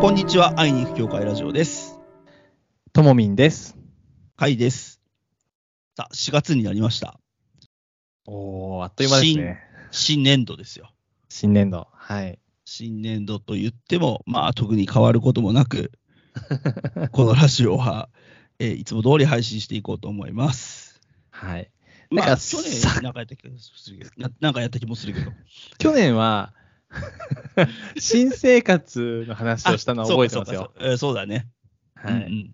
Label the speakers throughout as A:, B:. A: こんにちは、会いに行く協会ラジオです。
B: ともみんです。
A: かいです。さあ、4月になりました。
B: おお、あっという間ですね。
A: 新年度ですよ。
B: 新年度。はい。
A: 新年度と言っても、まあ、特に変わることもな く、このラジオは、えーいつも通り配信していこうと思います。
B: はい。
A: ま
B: なん
A: あ、
B: か
A: 去
B: さ
A: 年なんかやった気もするけど、ななんかやった気もする けど。
B: 去 年は、新生活の話をしたのは覚えてます
A: そう
B: よ
A: か。そうかそうえーそうだね。
B: は
A: う
B: い。
A: ん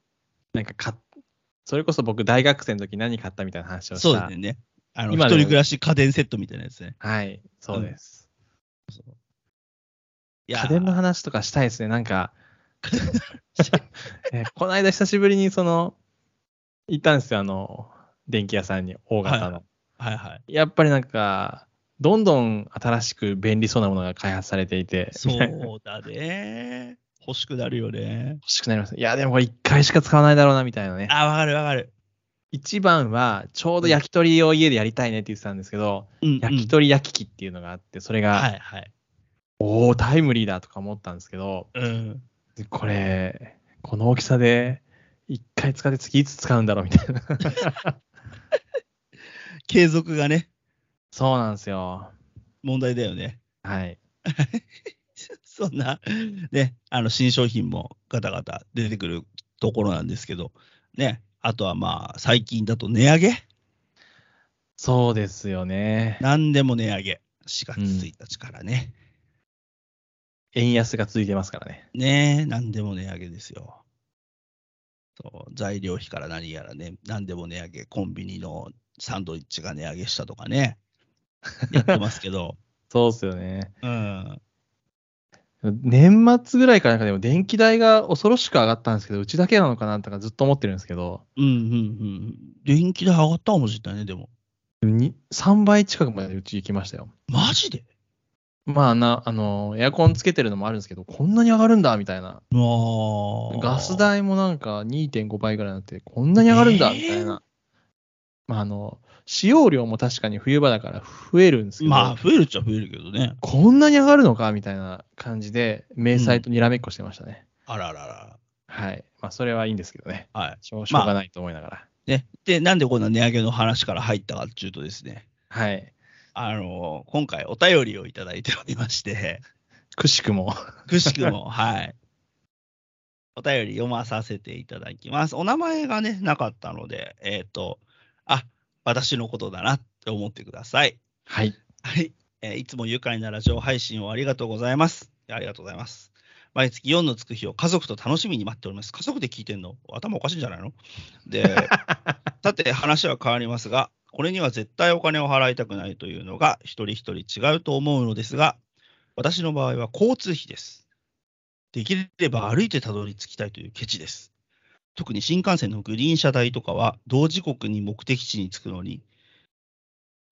B: なんか買っ、それこそ僕大学生の時何買ったみたいな話
A: う
B: を
A: ん、
B: した。
A: そうだよね。あの、一
B: 今でも
A: 人暮らし家電セットみたいなやつね。
B: はい。そうです。
A: いやー
B: 家電の話とかしたいですね。な んか、えこの間久しぶりにその、行ったんですよ。あの、電気屋さんに、大型の。
A: はいはい。
B: やっぱりなんか、どんどん新しく便利そうなものが開発されていて、
A: そ
B: みたいな欲
A: うだね。欲しくなるよね。
B: しくなります。いや、でもこれ1回しか使わないだろうな、みたいなね。
A: あ、わかるわかる。
B: 一番は、ちょうど焼き鳥を家でやりたいねって言ってたんですけど、
A: うんうん
B: 焼き鳥焼き器っていうのがあって、それ
A: は
B: が、
A: いはい。
B: おー、タイムリーだとか思ったんですけど、
A: うん。
B: これ、この大きさで、1回使って次いつ使うんだろう、みたいな。
A: 継続がね、
B: そうなんですよ。
A: 問題だよね。
B: はい。
A: そんな、ね、あの、新商品もガタガタ出てくるところなんですけど、ね、あとはまあ、最近だと値上げ
B: そうですよね。
A: 何でも値上げ。4月1日からね。
B: 円安が続いてますからね。
A: ねえ、何でも値上げですよ。そう材料費から何やらね、何でも値上げ、コンビニのサンドイッチが値上げしたとかね、やってますけ ど、
B: そうですよね。
A: うん、
B: 年末ぐらいからなんかでも電気代が恐ろしく上がったんですけど、うちだけなのかなとかずっと思ってるんですけど、
A: うん、うん、うん。電気代上がったかもしれないね、でも。
B: に3倍近くまでうち行きましたよ。
A: マジで
B: まあな、あの、エアコンつけてるのもあるんですけど、こんなに上がるんだみたいな。
A: うわー
B: ガス代もなんか2.5倍ぐらいになって、こんなに上がるんだみたいな。まああの、使用量も確かに冬場だから増えるんですけど、
A: まあ、増えるっちゃ増えるけどね。
B: こんなに上がるのかみたいな感じで、明細とにらめっこしてましたね。
A: あらあらあ
B: はい。まあそれはいいんですけどね。
A: ら。はい。
B: しょうしょうがないと思いながら。
A: ね、で、なんでこんな値上げの話から入ったかっていうとですね、
B: はい。
A: あのー今回お便りをいただいておりまして、
B: くしくも。
A: くしくも、はい。お便り読まさせていただきます。お名前がね、なかったので、えっ、と、あ、私のことだなって思ってください。
B: はい。
A: はい、えーいつも愉快なラジオ配信をありがとうございます。いやありがとうございます。毎月4のつく日を家族と楽しみに待っております。家族で聞いてんの頭おかしいんじゃないので、さて話は変わりますが、これには絶対お金を払いたくないというのが一人一人違うと思うのですが、私の場合は交通費です。できれば歩いてたどり着きたいというケチです。特に新幹線のグリーン車代とかは同時刻に目的地に着くのに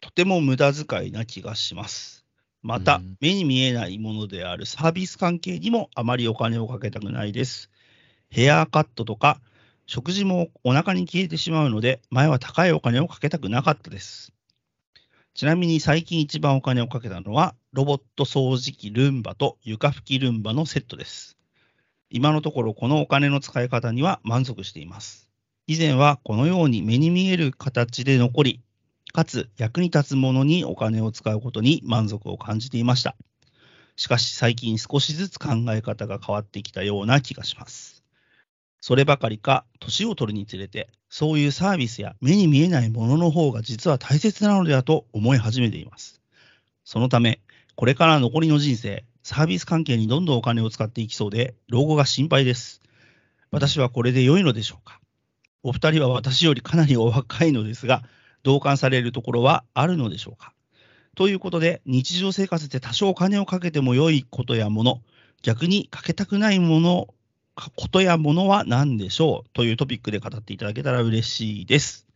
A: とても無駄遣いな気がします。また、
B: うん
A: 目に見えないものであるサービス関係にもあまりお金をかけたくないです。ヘアカットとか、食事もお腹に消えてしまうので、前は高いお金をかけたくなかったです。ちなみに最近一番お金をかけたのは、ロボット掃除機ルンバと床拭きルンバのセットです。今のところこのお金の使い方には満足しています。以前はこのように目に見える形で残り、かつ役に立つものにお金を使うことに満足を感じていました。しかし最近少しずつ考え方が変わってきたような気がします。そればかりか、年を取るにつれて、そういうサービスや目に見えないものの方が実は大切なのではと思い始めています。そのため、これから残りの人生、サービス関係にどんどんお金を使っていきそうで、老後が心配です。私はこれで良いのでしょうかお二人は私よりかなりお若いのですが、同感されるところはあるのでしょうかということで、日常生活で多少お金をかけても良いことやもの、逆にかけたくないもの、かことやものは何でしょうというトピックで語っていただけたら嬉しいです。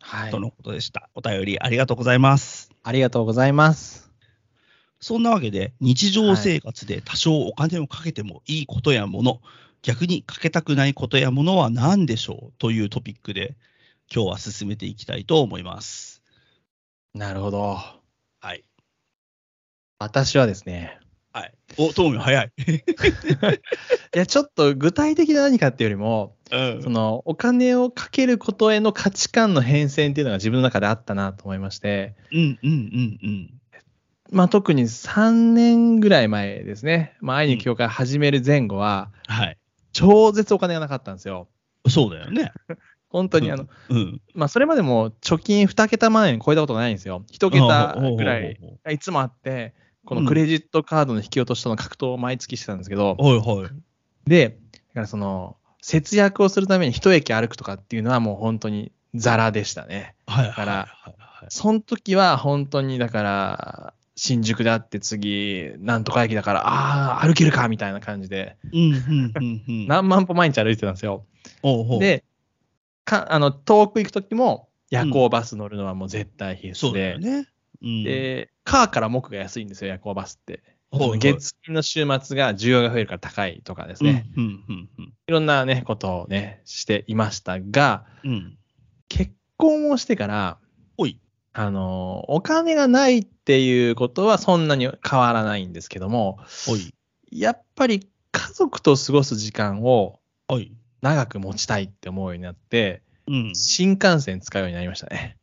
B: はい
A: と。のことでした。お便りありがとうございます。
B: ありがとうございます。
A: そんなわけで、日常生活で多少お金をかけてもいいことやもの、逆にかけたくないことやものは何でしょうというトピックで、今日は進めていきたいと思います。
B: なるほど。
A: はい。
B: 私はですね、
A: はい。お、トーミン早い。
B: いや、ちょっと具体的な何かっていうよりも、
A: うん
B: そ。のお金をかけることへの価値観の変遷っていうのが自分の中であったなと思いまして、
A: うんうんうんうん。
B: まあ、特に3年ぐらい前ですね、まあ、愛に教会始める前後は、
A: はい。
B: 超絶お金がなかったんですよ。
A: そうだよね。
B: 本当にあの、
A: うん。
B: まあ、それまでも貯金2桁万円超えたことがないんですよ。1桁ぐらい
A: ほう
B: いつもあって、このクレジットカードの引き落としとの格闘を毎月してたんですけど、
A: ほうほう。はいはい。
B: で、だからその、節約をするために一駅歩くとかっていうのはもう本当にザラでしたね。
A: はい
B: か
A: はい
B: ら
A: はい。
B: その時は本当にだから、新宿であって次、なんとか駅だから、ああ、歩けるかみたいな感じで、
A: うんうんうんうん。
B: 何万歩毎日歩いてたんですよ。
A: ほうほう、
B: で、かあの遠く行く時も夜行バス乗るのはもう絶対必
A: そ
B: 須
A: うだ
B: で
A: よ、ね。うん、
B: で、カーから木が安いんですよ、夜行バスって。
A: ほうほう
B: 月金の週末が需要が増えるから高いとかです
A: うん
B: ね。
A: うんうんうん
B: いろんなね、ことをね、していましたが、
A: うん。
B: 結婚をしてから、
A: おい。
B: あの、お金がないっていうことはそんなに変わらないんですけども、
A: おい。
B: やっぱり家族と過ごす時間を
A: おい。
B: 長く持ちたいって思うようになって、
A: うん。
B: 新幹線使うようになりましたね。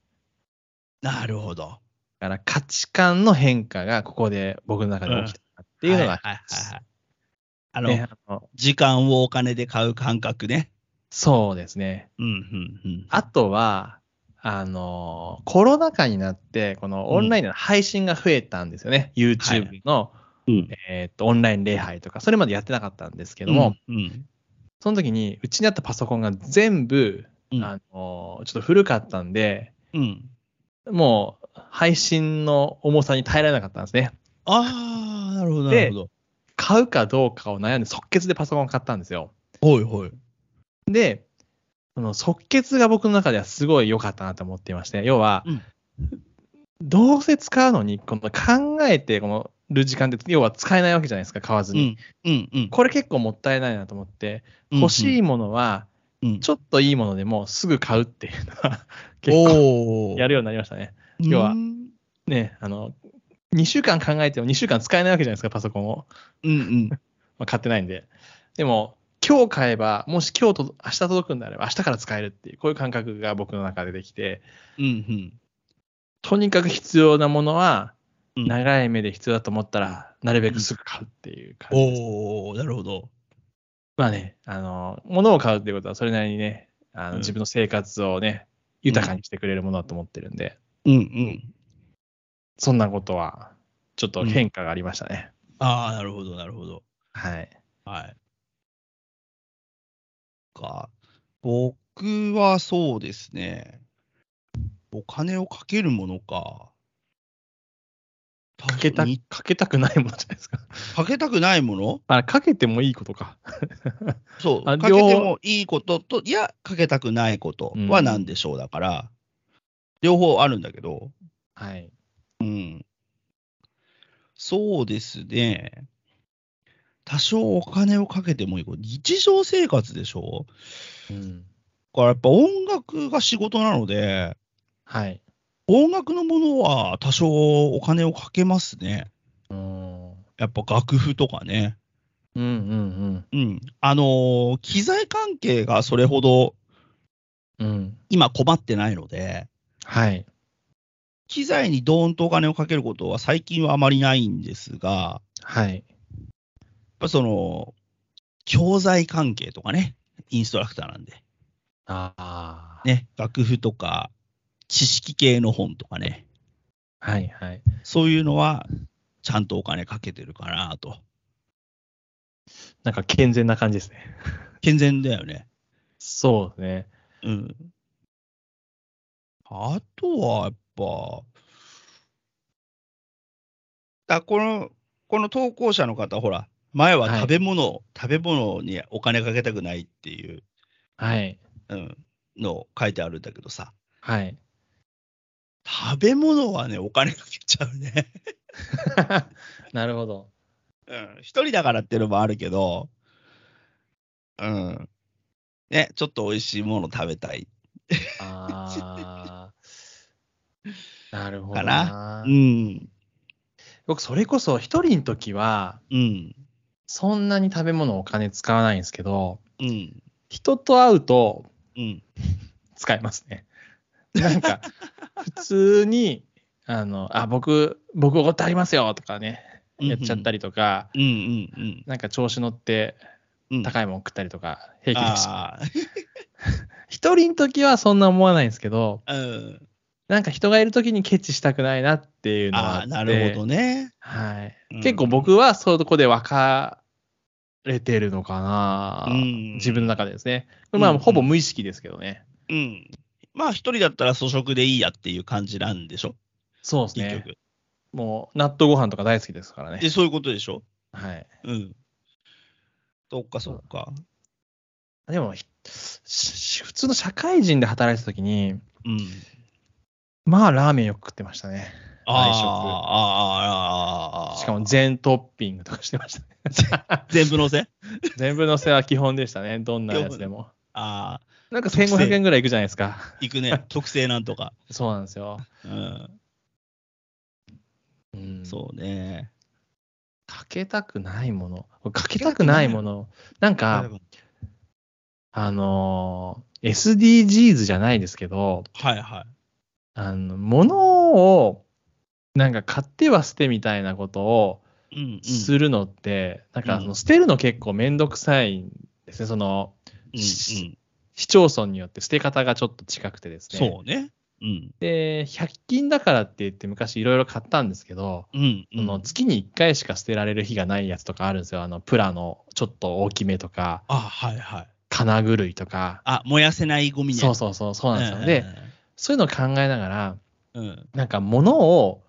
A: なるほど。
B: だから価値観の変化がここで僕の中で起きたなっていうの
A: はい
B: が、
A: はいはいはい。あの、
B: ねあの
A: 時間をお金で買う感覚ね。
B: そうですね。
A: うんうんうん。
B: あとは、あの、コロナ禍になって、このオンラインでの配信が増えたんですよね。YouTube の、
A: うん。
B: えっと、オンライン礼拝とか、それまでやってなかったんですけども、
A: うん、うん。
B: その時に、うちにあったパソコンが全部、
A: うん
B: あの、ちょっと古かったんで、
A: うん。
B: もう、配信の重さに耐えられなかったんですね。
A: ああ、なるほど、なるほど。
B: 買うかどうかを悩んで、即決でパソコンを買ったんですよ。
A: ほいほい。
B: で、その即決が僕の中ではすごい良かったなと思っていまして、要は、
A: うん
B: どうせ使うのに、この考えてこのる時間って、要は使えないわけじゃないですか、買わず
A: う
B: に。
A: んうんうん。
B: これ結構もったいないなと思って、欲しいものは、
A: い
B: ちょっといいものでもすぐ買うっていうのは、 結構
A: 構
B: や
A: る
B: るようになりましたね。
A: 今
B: 日はね、あの、2週間考えても2週間使えないわけじゃないですか、パソコンを。
A: うんうん。
B: まあ、買ってないんで。でも、今日買えば、もし今日と、明日届くんであれば、明日から使えるっていう、こういう感覚が僕の中でできて、
A: うん
B: とにかく必要なものは、
A: うん。
B: 長い目で必要だと思ったら、なるべくすぐ買うっていう感じです。
A: おおなるほど。
B: まあね、あの、物を買うっていうことは、それなりにね、
A: う
B: あ
A: ん
B: の自分の生活をね、豊かにしてくれるものだと思ってるんで、
A: うんうん。
B: そんなことは、ちょっと変化がありましたね。
A: ああ、なるほど、なるほど。
B: はい。
A: はい。か。僕はそうですね。お金をかけるものか。
B: かけた、
A: に
B: かけたくないものじゃないですか。
A: かけたくないもの
B: あ、かけてもいいことか。
A: そう。
B: あ
A: かけて
B: 両
A: もいいことと、いや、かけたくないこと
B: う
A: は
B: ん
A: 何でしょうだから、両方あるんだけど、
B: はい。
A: うん。そうですね。多少お金をかけてもいいこと。日常生活でしょ
B: うん。
A: だからやっぱ音楽が仕事なので、
B: はい。
A: 音楽のものは多少お金をかけますね。
B: うん。うん
A: やっぱ楽譜とかね。
B: うんうん。
A: うん。あのー機材関係がそれほど
B: うん。
A: 今困ってないので、
B: はい。
A: 機材にドーンとお金をかけることは最近はあまりないんですが、やっ
B: はい。
A: ぱその、教材関係とかね、インストラクターなんで、
B: ああ。
A: ね、楽譜とか、知識系の本とかね、
B: はいはい。
A: そういうのはちゃんとお金かけてるかなと。
B: なんか健全な感じですね。
A: 健全だよね。
B: そうですね。
A: うん。あとは、やっぱ、だこの、この投稿者の方、ほら、前は
B: はい
A: 食べ物、食べ物にお金かけたくないっていう、
B: はい。
A: うん、の書いてあるんだけどさ、
B: はい。
A: 食べ物はね、お金かけちゃうね。
B: なるほど。
A: うん、一人だからっていうのもあるけど、うん。ね、ちょっと美味しいもの食べたい。
B: ああ。なるほど
A: か
B: な
A: う。ん。
B: 僕、それこそ一人の時は、
A: うん。
B: そんなに食べ物お金使わないんですけど、
A: うん。
B: 人と会うと
A: うん。
B: 使いますね。な んか、普通に、あの、あ、僕、僕おごってありますよとかね、やっちゃった
A: り。
B: りとか、
A: うんうん
B: なんか調子乗って
A: うん。うん、
B: 高いもん食ったりとか、平気でした。
A: あ
B: 一人の時はそんな思わないんですけど、
A: あ、うん。
B: なんか人がいる時にケチしたくないなっていうの
A: あ
B: はあっ
A: あ、
B: て。
A: なるほどね。
B: はい。
A: うん
B: 結構僕はそこで分かれてるのかな、
A: うん
B: 自分の中でですね。
A: うん
B: ま
A: う
B: あ、
A: ん
B: ほぼ無意識ですけどね。
A: うん。まあ、一人だったら粗食でいいやっていう感じなんでしょ、
B: そうです
A: 結
B: ね
A: 局。。
B: もう、納豆ご飯とか大好きですから
A: で、
B: ね。
A: そういうことでしょ
B: はい。
A: うん。そっか、そっか。
B: でも、ひし普通の社会人で働いてた時に、
A: うん。
B: まあ、ラーメンよく食ってましたね。
A: ああ、ああ、ああ。
B: しかも、全トッピングとかしてました ね。
A: 全部乗せ
B: 全部のせは基本でしたね。どんなやつでも。
A: ああ、
B: なんか
A: 特製
B: 1500円ぐらいいくじゃないですか。
A: 行くね。特製なんとか。
B: そうなんですよ。
A: うん。
B: うん、
A: そうね。
B: かけたくないもの。これかけたくないもの。なんか、あのー SDGs じゃないですけど、
A: はいはい。
B: あの、物を、なんか買っては捨てみたいなことを
A: うん、
B: するのって、なんかそうの
A: ん
B: 捨てるの結構めんどくさいんですね。その、
A: うんうん、
B: 市町村によって捨て方がちょっと違くてですね。
A: そうね。うん。
B: で、100均だからって言って昔いろいろ買ったんですけど、
A: うん、う
B: その
A: ん。
B: 月に1回しか捨てられる日がないやつとかあるんですよ。あの、プラのちょっと大きめとか。
A: あ、はいはい。
B: 金具類とか、
A: あ、燃やせないゴミね。
B: そうそうそう、そうなんですよ。
A: ん
B: で、、そういうのを考えながら、
A: うん。うん
B: なんか物を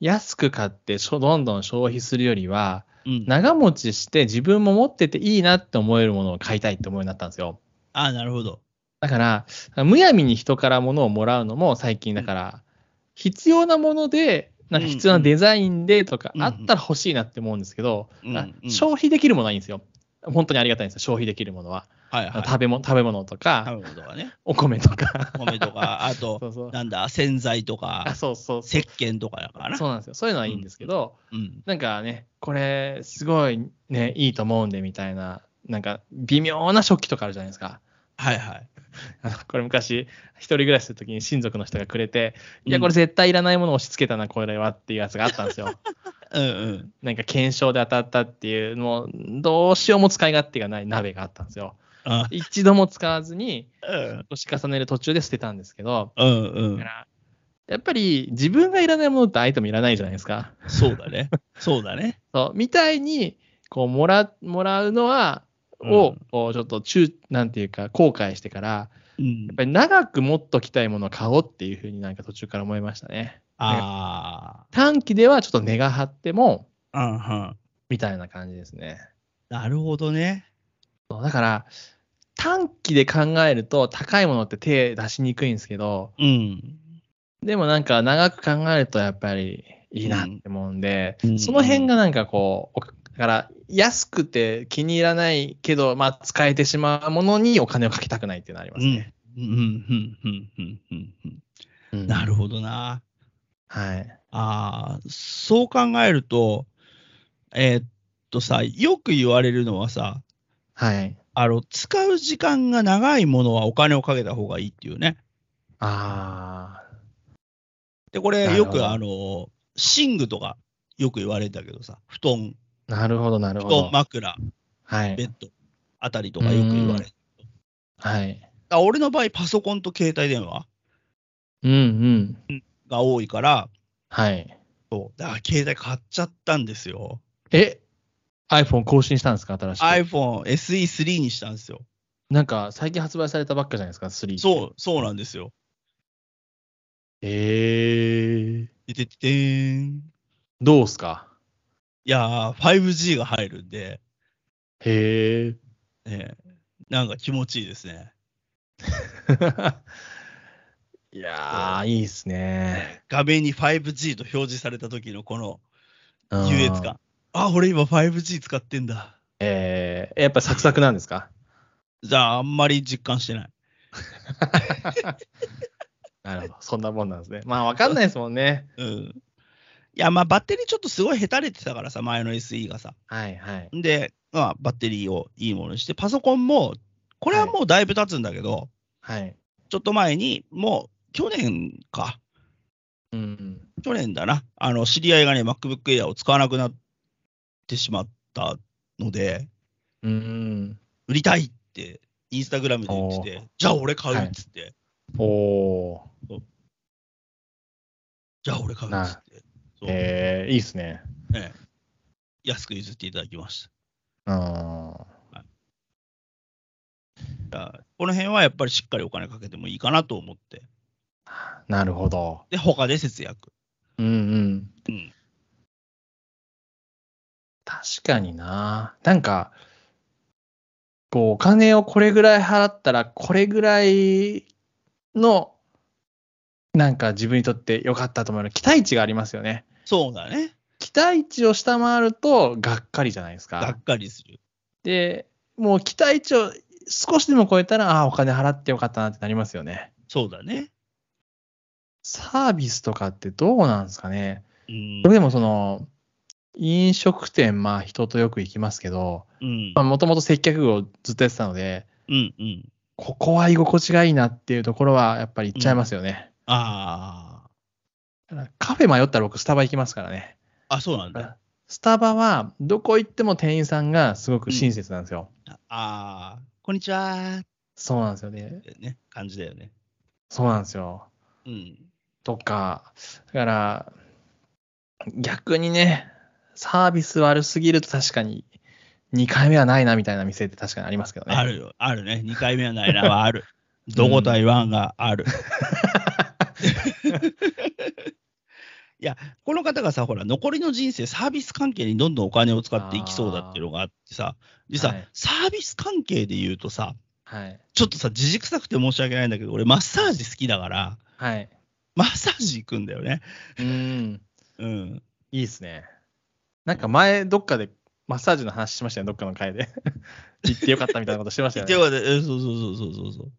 B: 安く買ってしょどんどん消費するよりは、
A: うん。
B: 長持ちして自分も持ってていいなって思えるものを買いたいって思うようになったんですよ。
A: あ、なるほど。
B: だから、むやみに人から物をもらうのも最近だから、必要なもので、なんか必要なデザインでとか
A: うんうん
B: あったら欲しいなって思うんですけど、
A: うん
B: あ
A: うん
B: 消費できるものはいいんですよ。本当にありがたいんですよ、消費できるものは。
A: はいはい。
B: 食べ物食べ物とか、
A: 食べ物とかね。
B: お米と か。
A: 米と か、あと、
B: そうそう。
A: なんだ、洗剤と
B: あ、
A: か、
B: そうそうそ
A: 石鹸とかだから
B: う。
A: な。
B: そうなんですよ。そういうのはいいんですけど、
A: うん。
B: なんかね、これ、すごいね、いいと思うんでみたいな、なんか微妙な食器とかあるじゃないですか。
A: はいはい。
B: あのこれ昔、一人暮らしするときに親族の人がくれて、いや、
A: うん
B: これ絶対いらないものを押し付けたな、これはっていうやつがあったんです よ。
A: うんうん。
B: なんか検証で当たったっていう、もう、どうしようも使い勝手がない鍋があったんですよ。
A: あ
B: 一度も使わずに、
A: うん
B: 年重ねる途中で捨てたんですけど、
A: うんうん。
B: だから、やっぱり自分がいらないものって相手もいらないじゃないですか。
A: そうだね。そうだね。
B: そう、みたいに、こう、もら、もらうのは、を、
A: うん
B: こう、ちょっと、中、なんていうか、後悔してから、
A: うん
B: やっ。ぱり長く持っときたいものを買おうっていうふうになんか途中から思いましたね。
A: あ
B: 短期ではちょっと根が張っても、
A: あ。うんうん。
B: みたいな感じですね。
A: なるほどね。
B: そうだから、短期で考えると高いものって手出しにくいんですけど、
A: うん。
B: でもなんか長く考えるとやっぱりいいなって思うんで、
A: うん
B: その辺がなんかこう、おだから安くて気に入らないけど、まあ使えてしまうものにお金をかけたくないっていうのはありますね。
A: うんうんうんうんうんうんうんなる
B: ほ
A: ほどな。
B: ど。はい。
A: ああ、そう考えると、えーっとさ、よく言われるのはさ、
B: はい。
A: あの、使う時間が長いものはお金をかけた方がいいっていうね。
B: ああ、
A: で、これ
B: なる
A: よ
B: ほど
A: くあの、寝具とかよく言われるんだけどさ、布団、
B: なるほど、なる
A: 布
B: ほ
A: 団、
B: ど。
A: 枕、
B: はい
A: ベ。ッドあたりとかよく言われる。
B: はい。
A: あ俺の場合、パソコンと携帯電話
B: うんうん。
A: が多いから、
B: はい。
A: そう。だから携帯買っちゃったんですよ。
B: え ?iPhone 更新したんですか新しく。
A: iPhone SE3 にしたんですよ。
B: なんか最近発売されたばっかじゃないですか ?3。う。
A: そう、そうなんですよ。
B: えー。
A: でてててーん。
B: どうっすか
A: いやー、5G が入るんで、
B: へえ。
A: ね、なんか気持ちいいですね。
B: いやー、いいっすね。
A: 画面に 5G と表示された時のこの
B: うん
A: 優越感。。あ俺今 5G 使ってんだ。
B: えー、やっぱサクサクなんで すか
A: じゃあ、あんまり実感してない。
B: なるほど。そんなもんなんですね。まあ、わかんないですもんね。
A: うん。いや、まあ、バッテリーちょっとすごいへたれてたからさ、前の SE がさ。
B: はいはい。
A: んで、まあ、バッテリーをいいものにして、パソコンも、これはもうだいぶ経つんだけど、
B: はい。
A: ちょっと前に、もう去年か、
B: うん。
A: 去年だな、あの知り合いがね、MacBook Air を使わなくなってしまったので、
B: うん。
A: 売りたいって、インスタグラムで言ってて、じゃあ俺買うっつって、
B: おお
A: じゃあ俺買うっつって、
B: ー。
A: そう
B: えー、いいっすね。
A: ええ安く譲っていただきました。
B: うん。
A: この辺はやっぱりしっかりお金かけてもいいかなと思って、
B: なるほど。
A: で、他で節約。
B: うんうん。
A: うん、
B: 確かにな。なんか、こう、お金をこれぐらい払ったら、これぐらいの、なんか自分にとって良かったと思うの期待値がありますよね。
A: そうだね、
B: 期待値を下回ると、がっかりじゃないです
A: が
B: か
A: っ。かりする。
B: で、もう期待値を少しでも超えたら、ああー、お金払ってよかったなってなりますよね。
A: そうだね。
B: サービスとかってどうなんですかね。
A: うん
B: それでもその、飲食店、まあ人とよく行きますけど、
A: うん
B: まあもともと接客業をずっとやってたので、
A: うんうん。
B: ここは居心地がいいなっていうところはやっぱり行っちゃいますよね。
A: あ
B: だからカフェ迷ったら僕スタバ行きますからね。
A: あ、あ、そうなんだ。
B: スタバはどこ行っても店員さんがすごく親切なんですよ。
A: ああ、こんにちはーっ
B: そうなんですよね。
A: てね、感じだよね。
B: そうなんですよ。
A: うん。
B: とか、だから、逆にね、サービス悪すぎると確かに2回目はないなみたいな店って確かにありますけどね。
A: あるよ、あるね。2回目はないなはある。どことは言わんがある。 いや、この方がさ、ほら、残りの人生、サービス関係にどんどんお金を使っていきそうだっていうのがあってさ、でさ、
B: はい
A: サービス関係で言うとさ、
B: はい。
A: ちょっとさ、自軸臭くて申し訳ないんだけど、俺、マッサージ好きだから、
B: はい。
A: マッサージ行くんだよね。
B: うん。
A: うん。
B: いいですね。なんか前、どっかでマッサージの話しましたよね、どっかの 回で。行ってよかったみたいなことしてましたよ
A: 手
B: ね。
A: はねえそうそうそうそうそうそう。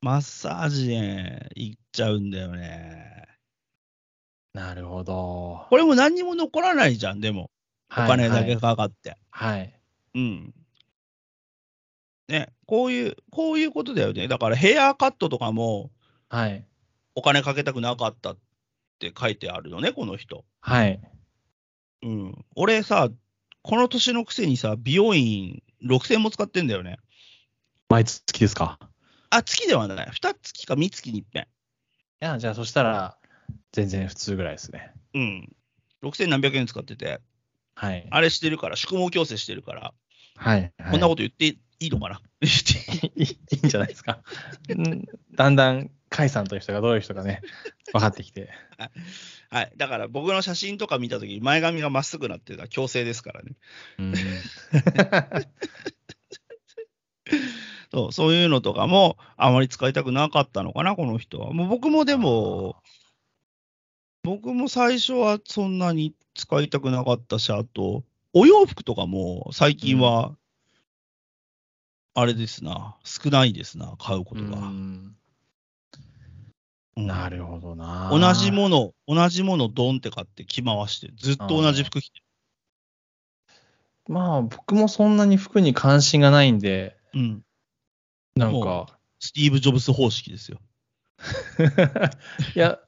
A: マッサージね、行っちゃうんだよね。
B: なるほど。
A: これも何にも残らないじゃん、でも。お
B: はい
A: 金だけかかって。
B: はい。はい。
A: うん。ね、こういう、こういうことだよね。だからヘアカットとかも
B: はい。
A: お金かけたくなかったって書いてあるよね、この人。
B: はい。
A: うん。俺さ、この年のくせにさ、美容院6000も使ってんだよね。
B: 毎月ですか
A: あ、月ではない。2月か3月に1遍。
B: いや、じゃあそしたら、全然普通ぐらいですね。
A: うん。6000何百円使ってて。
B: はい。
A: あれしてるから、宿毛矯正してるから、
B: はい。はい
A: こんなこと言っていいのかな 言っていい
B: いいいいんじゃないで すか。うんだんだん、甲斐さんという人がどういう人かね、分かってきて。
A: はい。だから僕の写真とか見たとき、前髪がまっすぐなってるのは矯正ですからね。
B: うん、
A: そうそういうのとかも、あまり使いたくなかったのかな、この人は。もう僕もでも、僕も最初はそんなに使いたくなかったし、あと、お洋服とかも最近は、あれですな、少ないですな、買うこ
B: う
A: とが。
B: ん、
A: うん
B: なるほどな。
A: 同じもの、同じものドンって買って着回して、ずっと同じ服着て
B: まあ、僕もそんなに服に関心がないんで、
A: る、うん、
B: なん
A: も
B: か、
A: スティーブ・ジョブス方式ですよ。
B: いや、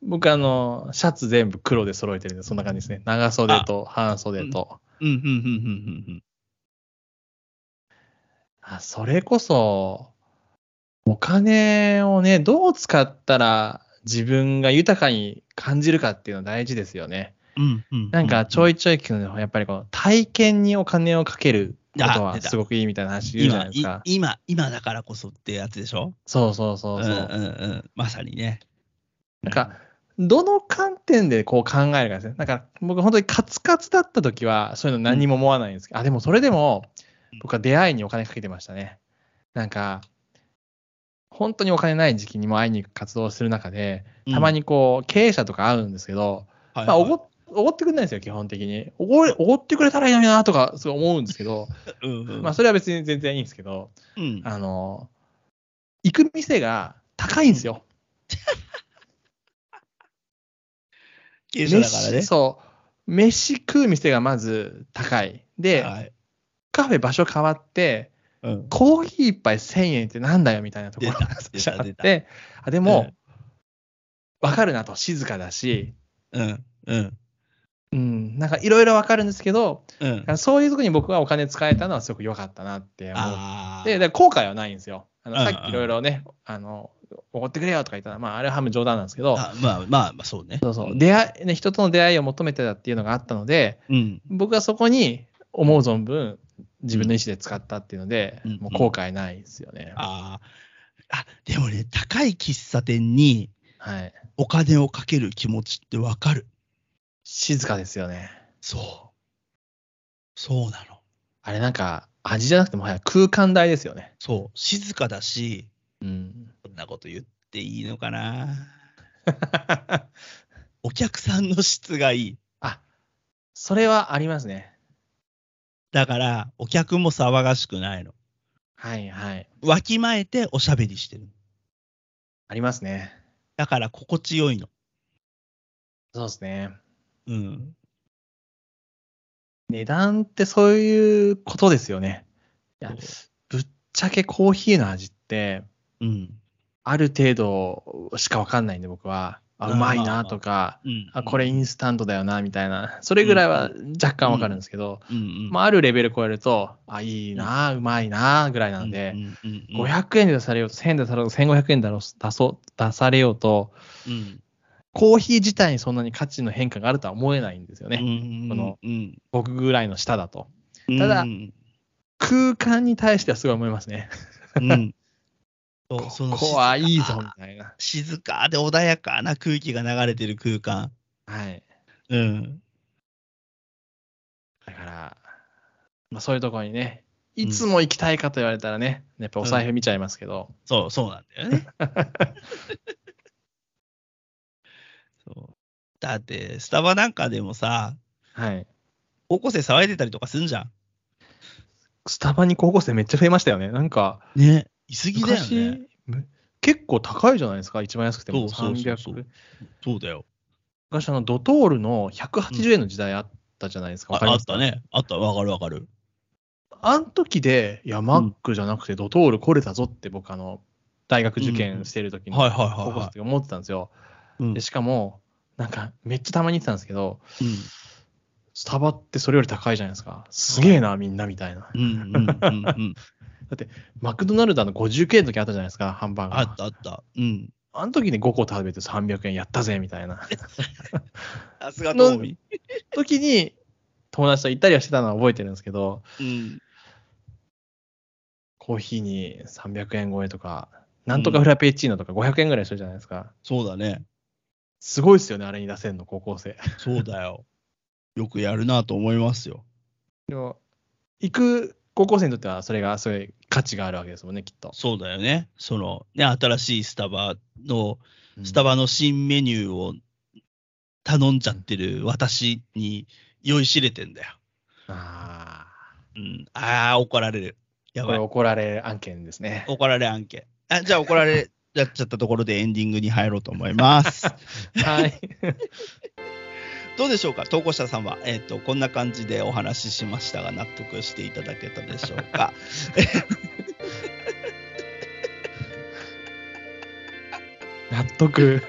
B: 僕、あの、シャツ全部黒で揃えてるんで、そんな感じですね。長袖と半袖と。
A: うん、うん、うん、うん、うん。
B: あそれこそ、お金をね、どう使ったら自分が豊かに感じるかっていうのは大事ですよね。
A: うんうん、
B: なんかちょ
A: い、
B: いちょい聞くのはやっぱりこの体験にお金をかけること
A: あ出
B: は
A: た
B: すごくいいみたいな話言うじゃな
A: 今
B: いです
A: い
B: か。
A: 今、今だからこそってやつでしょ
B: そうそうそうそう。
A: んうんうん、まさにね。
B: なんか、どの観点でこう考えるかですね。なんか僕本当にカツカツだった時はそういうの何も思わないんですけど、あ、でもそれでも僕は出会いにお金かけてましたね。なんか、本当にお金ない時期にも会いに行く活動をする中で、たまにこう経営者とか会うんですけど、
A: はい
B: ま
A: はい、
B: あおご、おごってくれないんですよ、基本的に。おごれおごってくれたらいいのになとか、すごい思うんですけど、
A: うんうん
B: まあ、それは別に全然いいんですけど、
A: うん
B: あの、行く店が高いんですよ。
A: 経営者だからね
B: 飯。そう。飯食う店がまず高い。で、
A: はい。
B: カフェ場所変わって、
A: うん。
B: コーヒー一杯1000円ってなんだよみたいなところが
A: 出た
B: あっ
A: 出た
B: て、あでも、わ、かるなと、静かだし、
A: うん。うん。
B: うん、なんかいろいろわかるんですけど、
A: うん。
B: そういうとこに僕はお金使えたのはすごく良かったなって思っ
A: ああ。
B: て、で後悔はないんですよ。あ
A: うん
B: のさっきいろいろね、あの、おごってくれよとか言ったら、まあ、あれは半分冗談なんですけど、
A: あまあまあ、まあ、そうね。
B: そうそう、出会い、ね、人との出会いを求めてたっていうのがあったので、
A: うん。
B: 僕はそこに思う存分自分の意思で使ったっていうので、
A: うん
B: もう後悔ないですよね。
A: ああ。あ、でもね、高い喫茶店に
B: はい。
A: お金をかける気持ちってわかる。
B: 静かですよね。
A: そう。そうなの。
B: あれなんか味じゃなくてもはや空間大ですよね。
A: そう。静かだし、
B: うん。
A: こんなこと言っていいのかな。お客さんの質がいい。
B: あ、それはありますね。
A: だから、お客も騒がしくないの。
B: はいはい。
A: わきまえておしゃべりしてる。
B: ありますね。
A: だから、心地よいの。
B: そうですね。
A: うん。
B: 値段ってそういうことですよね。いや
A: そう
B: ぶっちゃけコーヒーの味って、
A: うん。
B: ある程度しかわかんないんで僕は。あ、うまいなとか、
A: うん。
B: あ、これインスタントだよなみたいな。それぐらいは若干わかるんですけど、
A: うんうん、
B: まあ、あるレベル超えると、あ、いいな、うまいな、ぐらい
A: あ
B: なんで、
A: うんうんうん、
B: 500円で出されようと、1000円で出されようと、1500円で出そう出されようと、
A: うん
B: コーヒー自体にそんなに価値の変化があるとは思えないんですよね。
A: うん
B: この
A: うん
B: 僕ぐらいの下だと。
A: うん、
B: ただ
A: うん
B: 空間に対してはすごい思いますね。
A: うん、そう
B: こ
A: その
B: こはいいぞ、
A: 静
B: み
A: か
B: たいな。
A: 静かで穏やかな空気が流れてる空間。
B: はい。
A: うん。
B: だから、まあ、そういうところにね、いつも行きたいかと言われたらね、やっぱお財布見ちゃいますけど、
A: そう、そうなんだよ ね。そうだって、スタバなんかでもさ、
B: はい。
A: 高校生騒いでたりとかすんじゃん。
B: スタバに高校生めっちゃ増えましたよね。なんか、
A: ね。いすぎだよね。
B: 昔む結構高いじゃないですか、一番安くても
A: そうそうそうそう
B: 300。
A: そうだよ。
B: 昔、あのドトールの180円の時代あったじゃないです
A: あ
B: か、わかり
A: あ
B: ま
A: っ
B: す
A: た。ね。あった。わかるわかる。
B: あの時で、いや、マックじゃなくてドトール来れたぞって、僕、あの、大学受験してる時に、
A: はいはい
B: 高
A: は
B: 校
A: い
B: 生の
A: は
B: 時思ってたんですよ。
A: い。うん
B: でしかも、なんか、めっちゃたまに言ってたんですけど、
A: うん
B: スタバってそれより高いじゃないですか。すげえな、みんな、みたいな。
A: うんうんうんうん。
B: マクドナルドの59円の時あったじゃないですか、ハンバーガー。
A: あったあった。うん。
B: あの時に5個食べて300円やったぜ、みたいな。
A: さすが
B: トーミ時に友達と行ったりはしてたのは覚えてるんですけど、
A: うん。
B: コーヒーに300円超えとか、なんとかフラペチーノとか500円ぐらいするじゃないですか。
A: そうだね。
B: すごいですよね、あれに出せるの、高校生。
A: そうだよ。よくやるなと思いますよ。
B: でも、行く高校生にとってはそれがすごい価値があるわけですもんね、きっと。
A: そうだよね。その、ね、新しいスタバの、
B: うん
A: スタバの新メニューを頼んじゃってる私に酔いしれてんだよ。
B: あ
A: うん。ああ、怒られる。や
B: あ、こ
A: ば
B: れ
A: い。
B: 怒られる案件ですね。
A: 怒られ案件。あじゃあ怒られやっちゃったところでエンディングに入ろうと思います。
B: はい。
A: どうでしょうか投稿者さんは、えっとこんな感じでお話ししましたが納得していただけたでしょう か
B: 納得。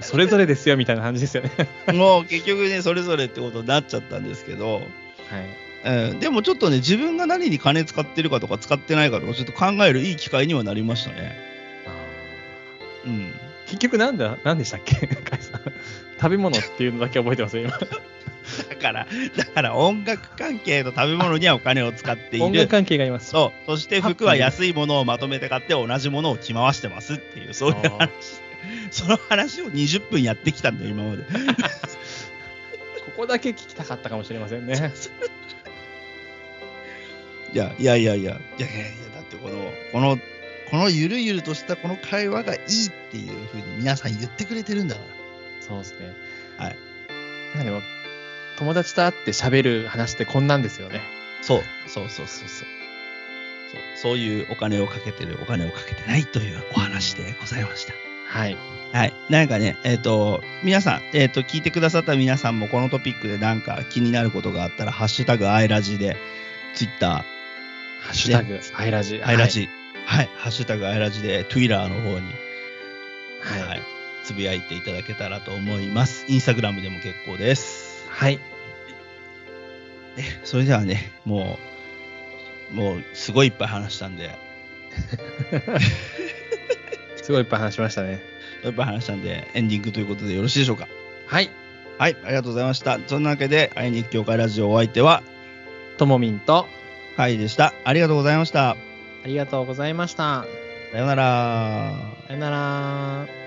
B: それぞれですよ、みたいな感じですよね。
A: もう結局ねそれぞれってことになっちゃったんですけど、
B: はい。
A: えーでもちょっとね自分が何に金使ってるかとか使ってないかとかちょっと考えるいい機会にはなりましたね。うん、
B: 結局なんだ、なんでしたっけ甲斐さん食べ物っていうのだけ覚えてますよ、今。
A: だからだから音楽関係の食べ物にはお金を使ってい
B: 音楽
A: る。
B: 関係がいます。
A: そうそして服は安いものをまとめて買って同じものを着回してますっていうそういう
B: あ
A: 話その話を20分やってきたんだよ今まで。
B: ここだけ聞きたかったかもしれませんね。
A: いやいやいやいやいやいやいやだってこのこのこのゆるゆるとしたこの会話がいいっていうふうに皆さん言ってくれてるんだから。
B: そうですね。
A: はい。
B: なんでも、友達と会って喋る話ってこんなんですよね。
A: そうそうそうそうそうそうそういうお金をかけてるお金をかけてないというお話でございました。
B: はい。
A: はい。なんかね、えっ、と、皆さん、えっ、と、聞いてくださった皆さんも、このトピックでなんか気になることがあったら、ハッシュタグアイラジで、ツイッタ
B: ハッシュタグ、アイラジ。
A: ー、アイラ。ジ、はい、ハッシュタグアイラジで、Twitter の方に、
B: はい。
A: は
B: はい。
A: い、つぶやいていただけたらと思います。インスタグラムでも結構です。
B: はい。
A: えそれではね、もう、もう、すごいいっぱい話したんで、
B: すごいいっぱい話しましたね。
A: いっぱい話したんで、エンディングということでよろしいでしょうか。
B: はい。
A: はい、ありがとうございました。そんなわけで、愛日協会ラジオお相手は、
B: ともみんと、
A: はいでした。ありがとうございました。
B: ありがとうございました。
A: さようなら。
B: さよなら。